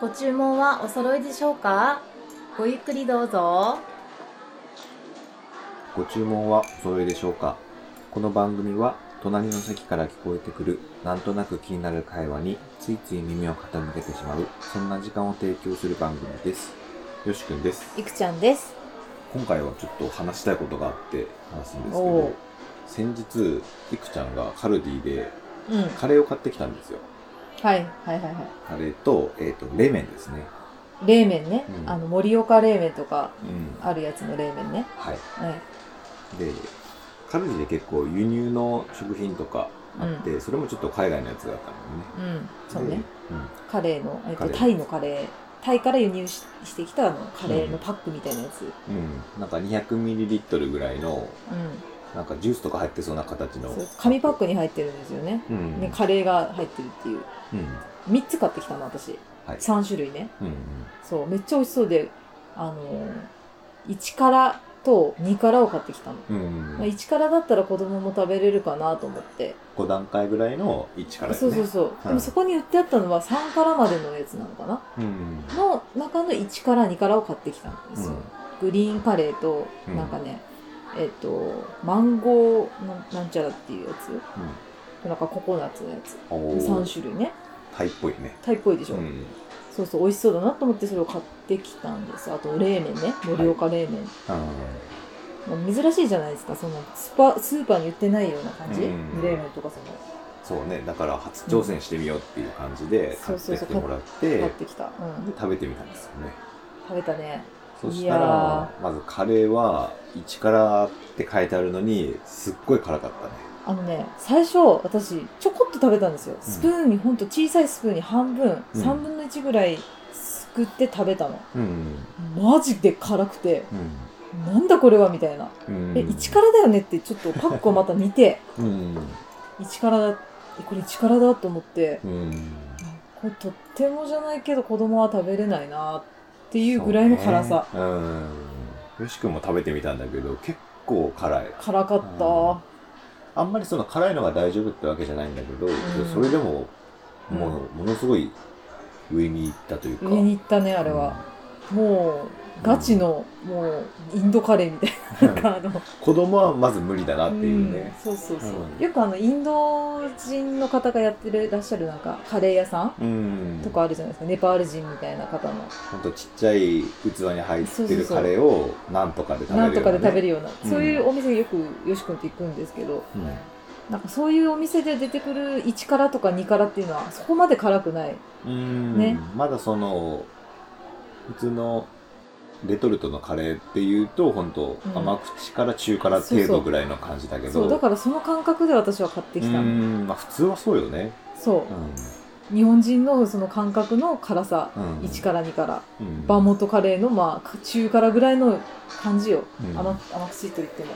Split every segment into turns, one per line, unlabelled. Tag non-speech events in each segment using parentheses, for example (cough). ご注文はお揃いでしょうかごゆっくりどうぞ。
ご注文はお揃いでしょうかこの番組は隣の席から聞こえてくるなんとなく気になる会話についつい耳を傾けてしまうそんな時間を提供する番組ですよしくんです
いくちゃんです。
今回はちょっと話したいことがあって話すんですけ
おう
ど先日いくちゃんがカルディで
うん。はい。
カレーを買ってきたんですよ
はいはいは
カレーと,、えー、と冷麺ですね
い。冷麺ね。
うん
あの、盛岡冷麺とか
うん
あるやつの冷麺ね。
はい
はい。
でカルディで結構輸入の食品とかあって、それもちょっと海外のやつだったのね
うん。そうね。
でうん
カレーの、えっ
カ
と、
レー
タイのカレー。タイから輸入ししてきたあのカレーのパックみたいなやつ。うん。
うん、なんか 200ml ぐらいのなんかジュースとか入ってそうな形の
そう紙パックに入ってるんですよね。
うん、
で、カレーが入ってるっていう。
うん
3つ買ってきたの、私。
はい
3種類ね。
うん
そう、めっちゃ美味しそうで、あのー、1辛と2辛を買ってきたの。
うんう
まあ、
ん
1辛だったら子供も食べれるかなと思って。
5段階ぐらいの位置からです
そう
ね
そうそう。
い
でもそこに売ってあったのは3辛までのやつなのかな
うんうん
の中の1辛、2辛を買ってきたんで
う
すよ。
ん
グリーンカレーと、
うん
なんかね、えっ、と、マンゴーなんなんちゃらっていうやつとなんかココナッツのやつ。
お
3
ー
種類ね。
タイっぽいね
タイっぽいでし
う
ょ。
ん
そうそう、美味しそうだなと思ってそれを買ってきたんです。あと、冷麺ね。盛岡冷麺。まあ珍しいじゃないですかそのスパスーパーに売ってないような感じ、
うん
冷麺とかその
そうねだから初挑戦してみようっていう感じで
そ
買
う
っ
そう
て
そ
き
う
てもらって
買っ
で
てきた、うん、
食べてみたんですよね
食べたね
そした
い
ら
や
まずカレーは1からって書いてあるのにすっごい辛かったね
あのね最初私ちょこっと食べたんですよスプーンにほんと小さいスプーンに半分、
うん
3分の1ぐらいすくって食べたの
うん
マジで辛くて
う
なんだこれはみたいな、
ん
え1からだよねってちょっとパックをまた見て (laughs)
らうん
1からだえこれ1からだと思って
うん
これとってもじゃないけど子供は食べれないなっていうぐらいの辛さ、
そうねうんよし君も食べてみたんだけど結構辛い
辛かった、
うんあんまりその辛いのが大丈夫ってわけじゃないんだけど、
ん
それでももうものすごい上に行ったというか
上に行ったねあれは、、もうガチの、もうインドカレーみたい
うん
ななんかあの、
子供はまず無理だなっ
う
ていうね
ん、、そうそうそう、
うん
よくあのインド人の方がやってるらっしゃるなんかカレー屋さん
うん
とかあるじゃないですか、ネパール人みたいな方の
ほんとちっちゃい器に入
そう
って
そう
る
そう
カレーをなんとかで食べる
なんとかで食べ
る、
るような、
うん
そういうお店よくよし君と行くんですけど
うん
なんかそういうお店で出てくる1辛とか2辛っていうのはそこまで辛くない、
うん
ね
まだその普通のレトルトのカレーっていうと本当、
うん
甘口から中辛程度ぐらいの感じだけど
そうだからその感覚で私は買ってきたの、
うんまあ普通はそうよね
そうう日本人のその感覚の辛さ
ん、うん、
1辛2辛
うん
バモトカレーのまあ中辛ぐらいの感じよ、
うん
甘甘口と言っても
う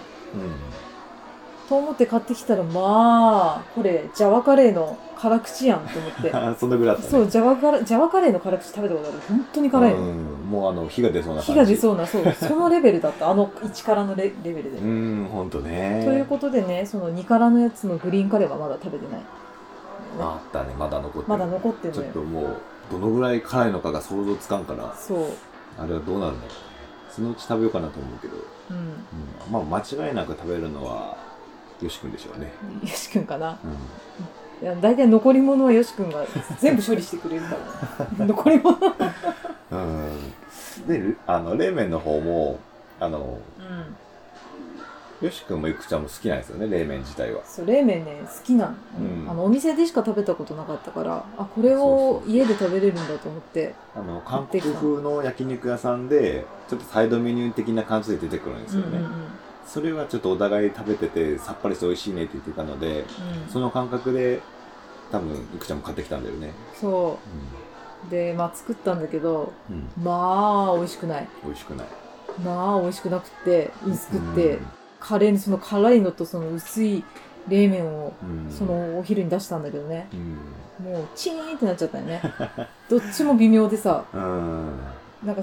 と思って買ってきたらまあこれジャワカレーの辛口やんと思っ
(laughs)
て
んそんなぐらいだったね
そうジャワカレージャワカレーの辛口食べたことある本当に辛いの、
うん、もうあの火が出そうな感じ
火が出そうなそうそのレベルだったあの1辛のレレベルで、
うんほんとね
ということでねその2辛のやつのグリーンカレーはまだ食べてない
あったねまだ残ってる
まだ残ってる
ち
の
ょっ
よ
ともうどのぐらい辛いのかが想像つかんから
そう
あれはどうなるんだろうねそのうち食べようかなと思うけど、う
うん
ん、まあ間違いなく食べるのはよしくんでしょうね
よし君かな
うん
いや大体残り物はよし君が全部処理してくれる
(laughs)
からね残り物
うんであの冷麺の方もあの
うん
よしくんもゆくちゃんも好きなんですよね冷麺自体は
そう冷麺ね好きなの,、
うん
あのお店でしか食べたことなかったからあこれを
そうそう
家で食べれるんだと思って
あの韓国風の焼肉屋さんでちょっとサイドメニュー的な感じで出てくるんですよね、
うんうんうん
それはちょっとお互い食べててさっぱりして美味しいねって言ってたので
うん
その感覚で多分いくちゃんも買ってきたんだよね
そ
うん
うでまあ作ったんだけど
うん
まあ美味しくない
美味しくない
まあ美味しくなくって薄くって、
うん
カレーにその辛いのとその薄い冷麺を
うん
そのお昼に出したんだけどね
うん
もうチーンってなっちゃったよね (laughs) どっちも微妙でさ
うん
なんか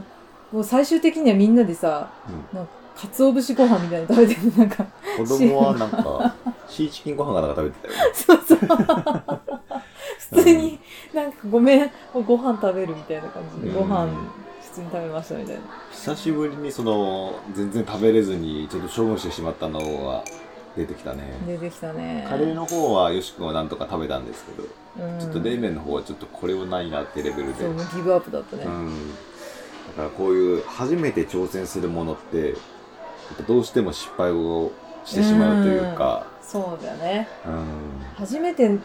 もう最終的にはみんなでさ、
う
なんか鰹節ご飯みたいなの食べてるなんか
子供はなんかシーチキンご飯がなんか食べてたよね
そうそう。普普通になんかごめんご飯食べるみたいな感じでご飯
うん
普通に食べましたみたいな
久しぶりにその全然食べれずにちょっと処分してしまったのが出てきたね、
出てきたね
カレーの方はよし君はなんとか食べたんですけど、
うん
ちょっと冷麺の方はちょっとこれはないなってレベルで
そうもうギブアップだったね、
うん、だからこういう初めて挑戦するものってやっぱどうしても失敗をしてしまうというか、
そうだよね
うん
初めて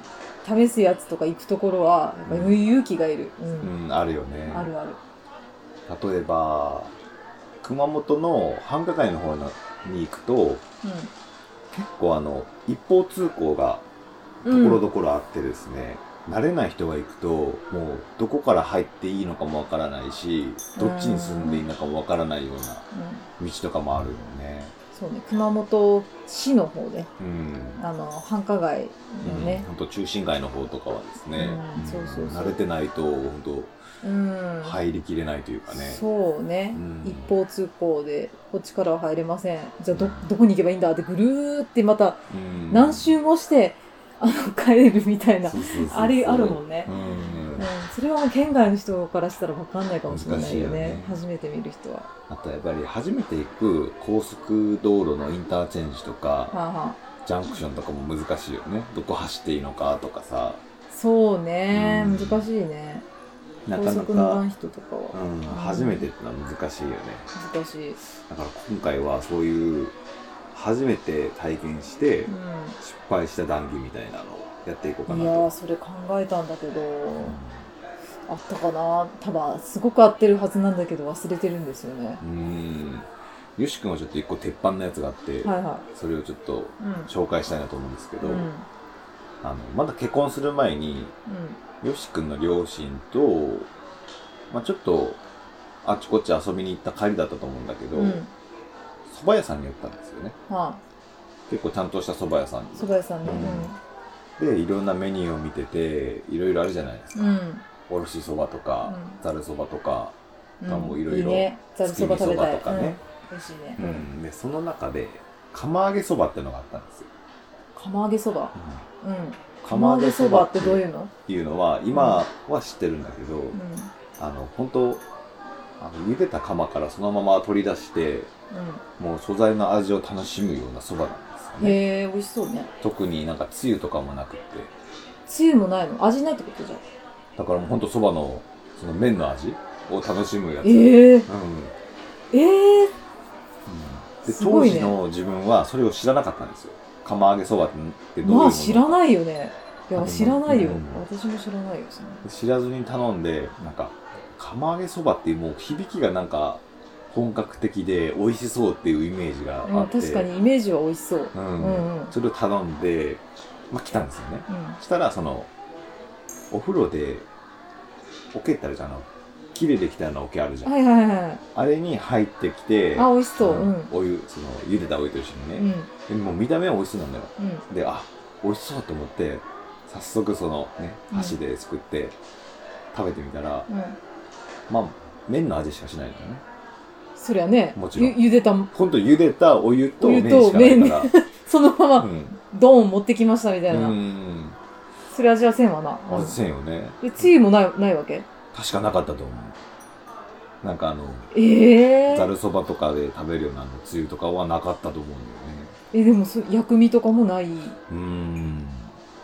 試すやつとか行くところはやっぱ勇気がいる、うん
うんあるよね
あるある
例えば熊本の繁華街の方に行くと結構あの一方通行がと
うん
ころどころあってですね、慣れない人が行くともうどこから入っていいのかもわからないしどっちに住んでいいのかもわからないような
うんうん
道とかもあるよね。
そうね熊本市の方で
うん
あの繁華街の
うん
ね、
本当中心街の方とかはですね、
うんそうそうそう
慣れてないと本
うん
当入りきれないというかね、
そうね、
うん
一方通行でこっちからは入れませんじゃあどどこに行けばいいんだってぐるーってまた
うん
何周もして、あの帰れるみたいな
そうそうそうそう
あれあるもんね
う、
うんん、それはもう県外の人からしたら分かんないかもしれないよね
難しいよね
初めて見る人は。
あとやっぱり初めて行く高速道路のインターチェンジとか、
はあはあ
ジャンクションとかも難しいよねどこ走っていいのかとかさ
そうね、
うん
難しいね
な
高
かな
速のない
か、
人とか
う
は
ん、初めてってのは難しいよね
難しい、うん、
だから今回はそういう初めて体験して失敗した談義みたいなのをやっていこうかないと
やーそれ考えたんだけど、あったかな多分すごく合ってるはずなんだけど忘れてるんですよね
うーん。よし君はちょっと一個鉄板のやつがあって、
はいは
それをちょっと
いうん
紹介したいなと思うんですけど、
うん
あの、まだ結婚する前に、よし君の両親と、まあちょっと、あちこち遊びに行った帰りだったと思うんだけど、
うんうん
蕎麦屋さんに寄ったんですよね。
は
結構ちゃんとした蕎麦屋さ
い
んに。
蕎麦屋さんね
で、いろんなメニューを見てて、いろいろあるじゃないです
うん
か。
うん
おろし蕎麦とか、ざる蕎麦とか、
うん
あもういろいろ
いねざるそば食べたい
月見蕎麦とかね、
うん美味しいね、
うん。で、その中で、釜揚げ蕎麦ってのがあったんですよ。
釜揚げそばうん
釜揚げそばって
釜揚げそばってどう
い
いううの
のは今は知ってるんだけど、
う
あの本当あの茹でた釜からそのまま取り出して
ん
もう素材の味を楽しむようなそばなんですよ
うん
ね
へえ美味しそうね
特になんかつゆとかもなくって
つゆもないの味ないってことじゃん
だからもうほんとそばのその麺の味を楽しむやつ、うん
ええええ
です当
ごいね
時の自分はそれを知らなかったんですよ釜揚げそばってどういうもの
ま
か
あ知らないよねいや知らないよ
うん
私も知らないよそんな
知らずに頼んでなんか釜揚げそばっていうもう響きがなんか本格的で美味しそうっていうイメージが
う
あ
ん
って、
確かにイメージは美味しそう
う
うん
ん
うん
それを頼んで、まあ、来たんですよね
うん
そしたらそのお風呂で桶ってあるじゃんあの木でできたような桶あるじゃん、
はいはいはい。
あれに入ってきて
あ、美味しそう。うん。
お湯その茹でたお湯と一緒
う
にね、
ん。
でもう見た目は美味しそうなんだよ
うん。
であ美味しそうと思って早速そのね
うん
箸ですくって食べてみたら、
うん。
まあ、麺の味しかしないのよね。
そりゃね、
もちろん
ゆ茹でた、
ほんと茹でたお湯と
お湯
麺
と
しかないから。
そのま
う
ま、
ん。
ドーン持ってきましたみた
う
いな。
ん。
それ味はせんわな。うん
味せんよね。
で、つゆもない、ないわけ
確かなかったと思う。なんかあの、
ええ
ざるそばとかで食べるようなあのつゆとかはなかったと思うんだよね。
え、でもそ、薬味とかもない。
うん。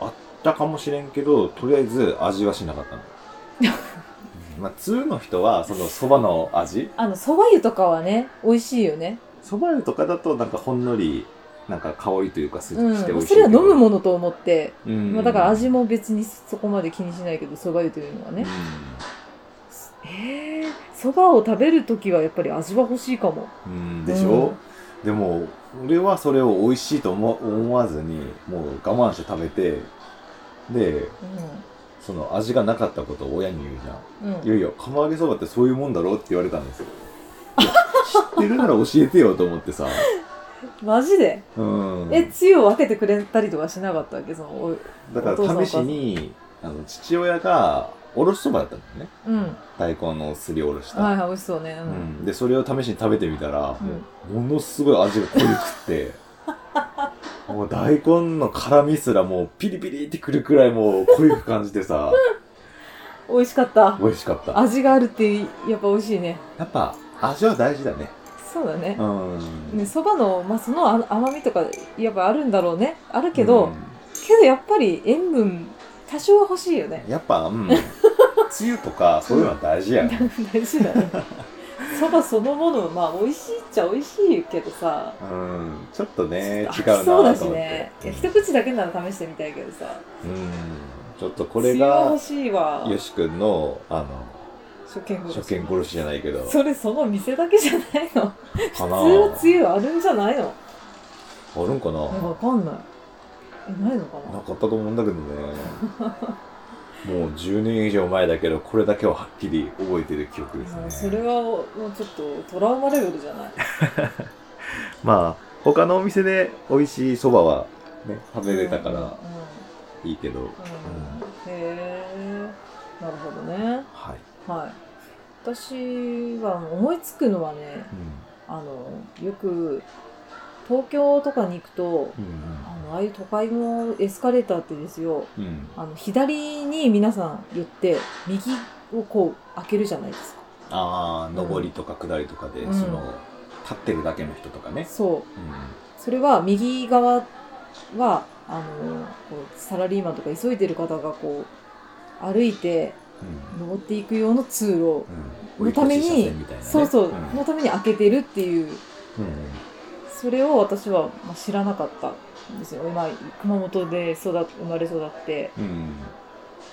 あったかもしれんけど、とりあえず味はしなか (laughs) ったの。うんまあ、通の人は、そのそばの味
あの、蕎麦湯とかはね、美味しいよね。
そば湯とかだと、なんかほんのり、なんか香りというかす、
うん。
して美味し
そ
いけ
れ
ど。
は飲むものと思って。
うん。
まあ、だから味も別にそこまで気にしないけど、蕎麦湯というのはね。ええ蕎麦を食べるときはやっぱり味は欲しいかも。
うん、うんでしょ、でも俺はそれを美味しいと思思わずにもう我慢して食べてで
う
その味がなかったことを親に言うじゃん
ん。
「い
うん。
やいや釜揚げそばってそういうもんだろ?」って言われたんですよいや知ってるなら教えてよと思ってさ
マジで
うん
え、つゆを分けてくれたりとかしなかったわけその、お
だから試しにあの父親がおろしそばだったんだよね
うん。
大根のすりおろした、
はいはい、美味しそうね。う。
うんん、でそれを試しに食べてみたら、
うん
ものすごい味が濃ゆくってもう大根の辛みすらもうピリピリってくるくらいもう濃ゆく感じてさ、
美味しかった
美味しかった。
味があるってやっぱ美味しいね
やっぱ味は大事だね。
そうだね
うん。
ねそばの、まあ、そのあ甘みとかやっぱあるんだろうねあるけど、けどやっぱり塩分多少は欲しいよね
うん、やっぱ、
(laughs)
うん。梅雨とかそういうのは大事やね。
大事だねそばそのものもまあ美味しいっちゃ美味しいけどさ
うん。ちょっとね、
ち
違
ょ
う
っと飽き
な
そうだ
と
し
思っ
ね
て。
いや一口だけなら試してみたいけどさ
うん。ちょっとこ
これ
れ
が
が
欲、しいわ
よし君の、あの、
初見殺し
初見殺しじゃないけど、
それその店だけじゃないの
かな
普通は梅雨あるんじゃないの
あるんかな
わかんないえないのか
なかったと思うんだけどね。もう10年以上前だけど、これだけははっきり覚えてる記憶で
な、
す
そ
ね。
れはもうちょっとトラウマレベルじゃない
まあ、他のお店で美味しいそばは、ね、食べれたか
うん
らいいけど、
うんうんへえなるほどね
はい。
はい私は思いつくのはねあのよく東京とかに行くと
うん。
あのああいう都会のエスカレーターってですよ
うん。うん。
あの左に皆さん寄って右をこう開けるじゃないですか
ああ、上りとか下りとかで、
うん
その、立ってるだけの人とかね。
そう
うん。
それは右側はあのこうサラリーマンとか急いでる方がこう歩いて登っていく用の通路
うん。
のために
追い越し車線みたいなね
そうそう、
うん。
のために開けてるっていう
うん
それを私はまあ知らなかったんですよ、まあ、熊本で育っ生まれ育って、
うん。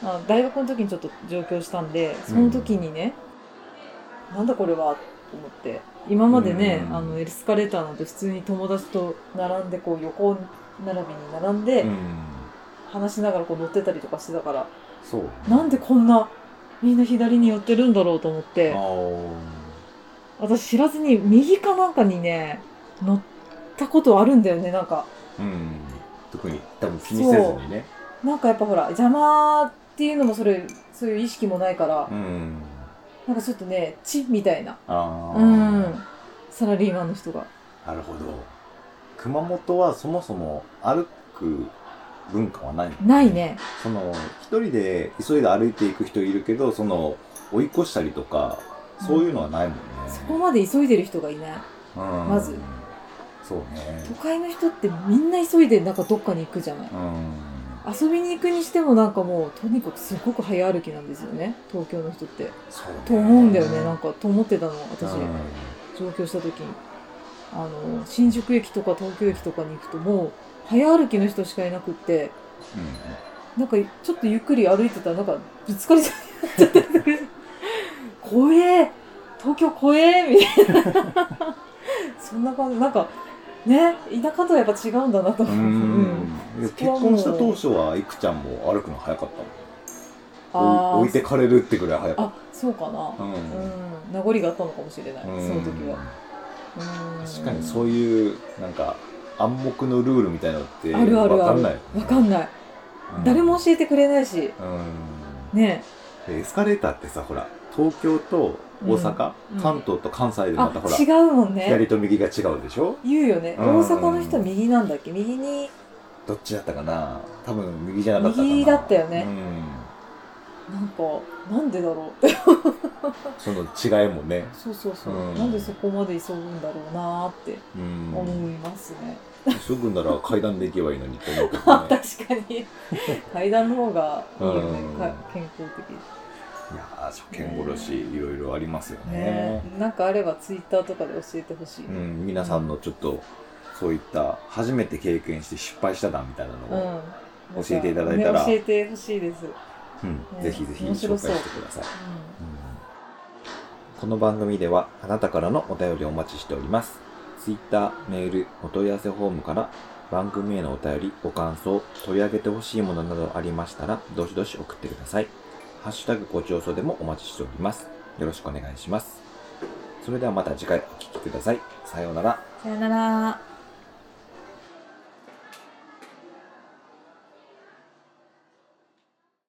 まあ、大学の時にちょっと上京したんでその時にね、なんだこれはと思って今までね、
うん
あのエスカレーターなんて普通に友達と並んでこう横並びに並んで、
うん。
話しながらこう乗ってたりとかしてたから
そう。
なんでこんなみんな左に寄ってるんだろうと思って
あー
私知らずに右かなんかにね乗ったことあるんだよねなんか
うん。特に、多分気にせずにね。
なんかやっぱほら邪魔っていうのもそれそういう意識もないから、
うん。
なんかちょっとねチみたいな
ああ。
うんサラリーマンの人が
なるほど。熊本はそもそも歩く文化はないの
ない。ね
その、一人で急いで歩いていく人いるけど、その、追い越したりとか、そういうのはないもんね。
そこまで急いでる人がいない
うん
まず。
そうね。
都会の人ってみんな急いでなんかどっかに行くじゃない
うん。
遊びに行くにしてもなんかもうとにかくすごく早歩きなんですよね東京の人って
そう、ね。
と思うんだよねなんかと思ってたの私、
うん
上京した時にあの新宿駅とか東京駅とかに行くともう早歩きの人しかいなくってなんかちょっとゆっくり歩いてたらなんかぶつかりそうになっちゃって (laughs) 怖え東京怖えみたいな (laughs) そんな感じなんかね田舎とはやっぱ違うんだなと思 (laughs)
う
う、
ん。
うん
うん。いや
そ
結
こはもう
婚した当初は、いくちゃんも歩くの早かったもん
あー
おい置いてかれるってぐらい早かっ
あそうかな
た。うん。
うん、名残があったのかもしれない、
うん
その時は。うん
確かにそういうなんか暗黙のルールみたいなのって
あるあるある
わかんないよね
わかんない、
うん
誰も教えてくれないし
うん
ね
でエスカレーターってさほら東京と大阪、
うん
関東と関西でま
あ
たほら、
違うもんね
左と右が違うでしょ
言うよね、
うん
大阪の人は右なんだっけ右に
どっちだったかな多分右じゃなかったかな
右だったよね
うん
なんかなんでだろ
(laughs)
う
その違いもね
そうそうそう、
うん
なんでそこまで急ぐんだろうなーって
うん
思いますね、
急ぐなら階段で行けばいいのにって思
(laughs)
うけど
あ
ね
確か
(laughs)
に階段の方がいいよね、
うん
か健康的
いやー初見殺しいろいろありますよね
ねなんかあればツイッターとかで教えてほしい、
う
うん
ん、皆さんのちょっとそういった初めて経験して失敗しただみたいなのを、
なんか
教えていただいたら
ね教えてほしいです、うん
うん
うん
ぜひぜひ
面
紹
白
介
そう
してください、うんこの番組ではあなたからのお便りをお待ちしております。Twitter、メール、お問い合わせフォームから番組へのお便り、ご感想、取り上げてほしいものなどありましたら、どしどし送ってください。ハッシュタグご調査でもお待ちしております。よろしくお願いします。それではまた次回お聴きください。さようなら。
さよなら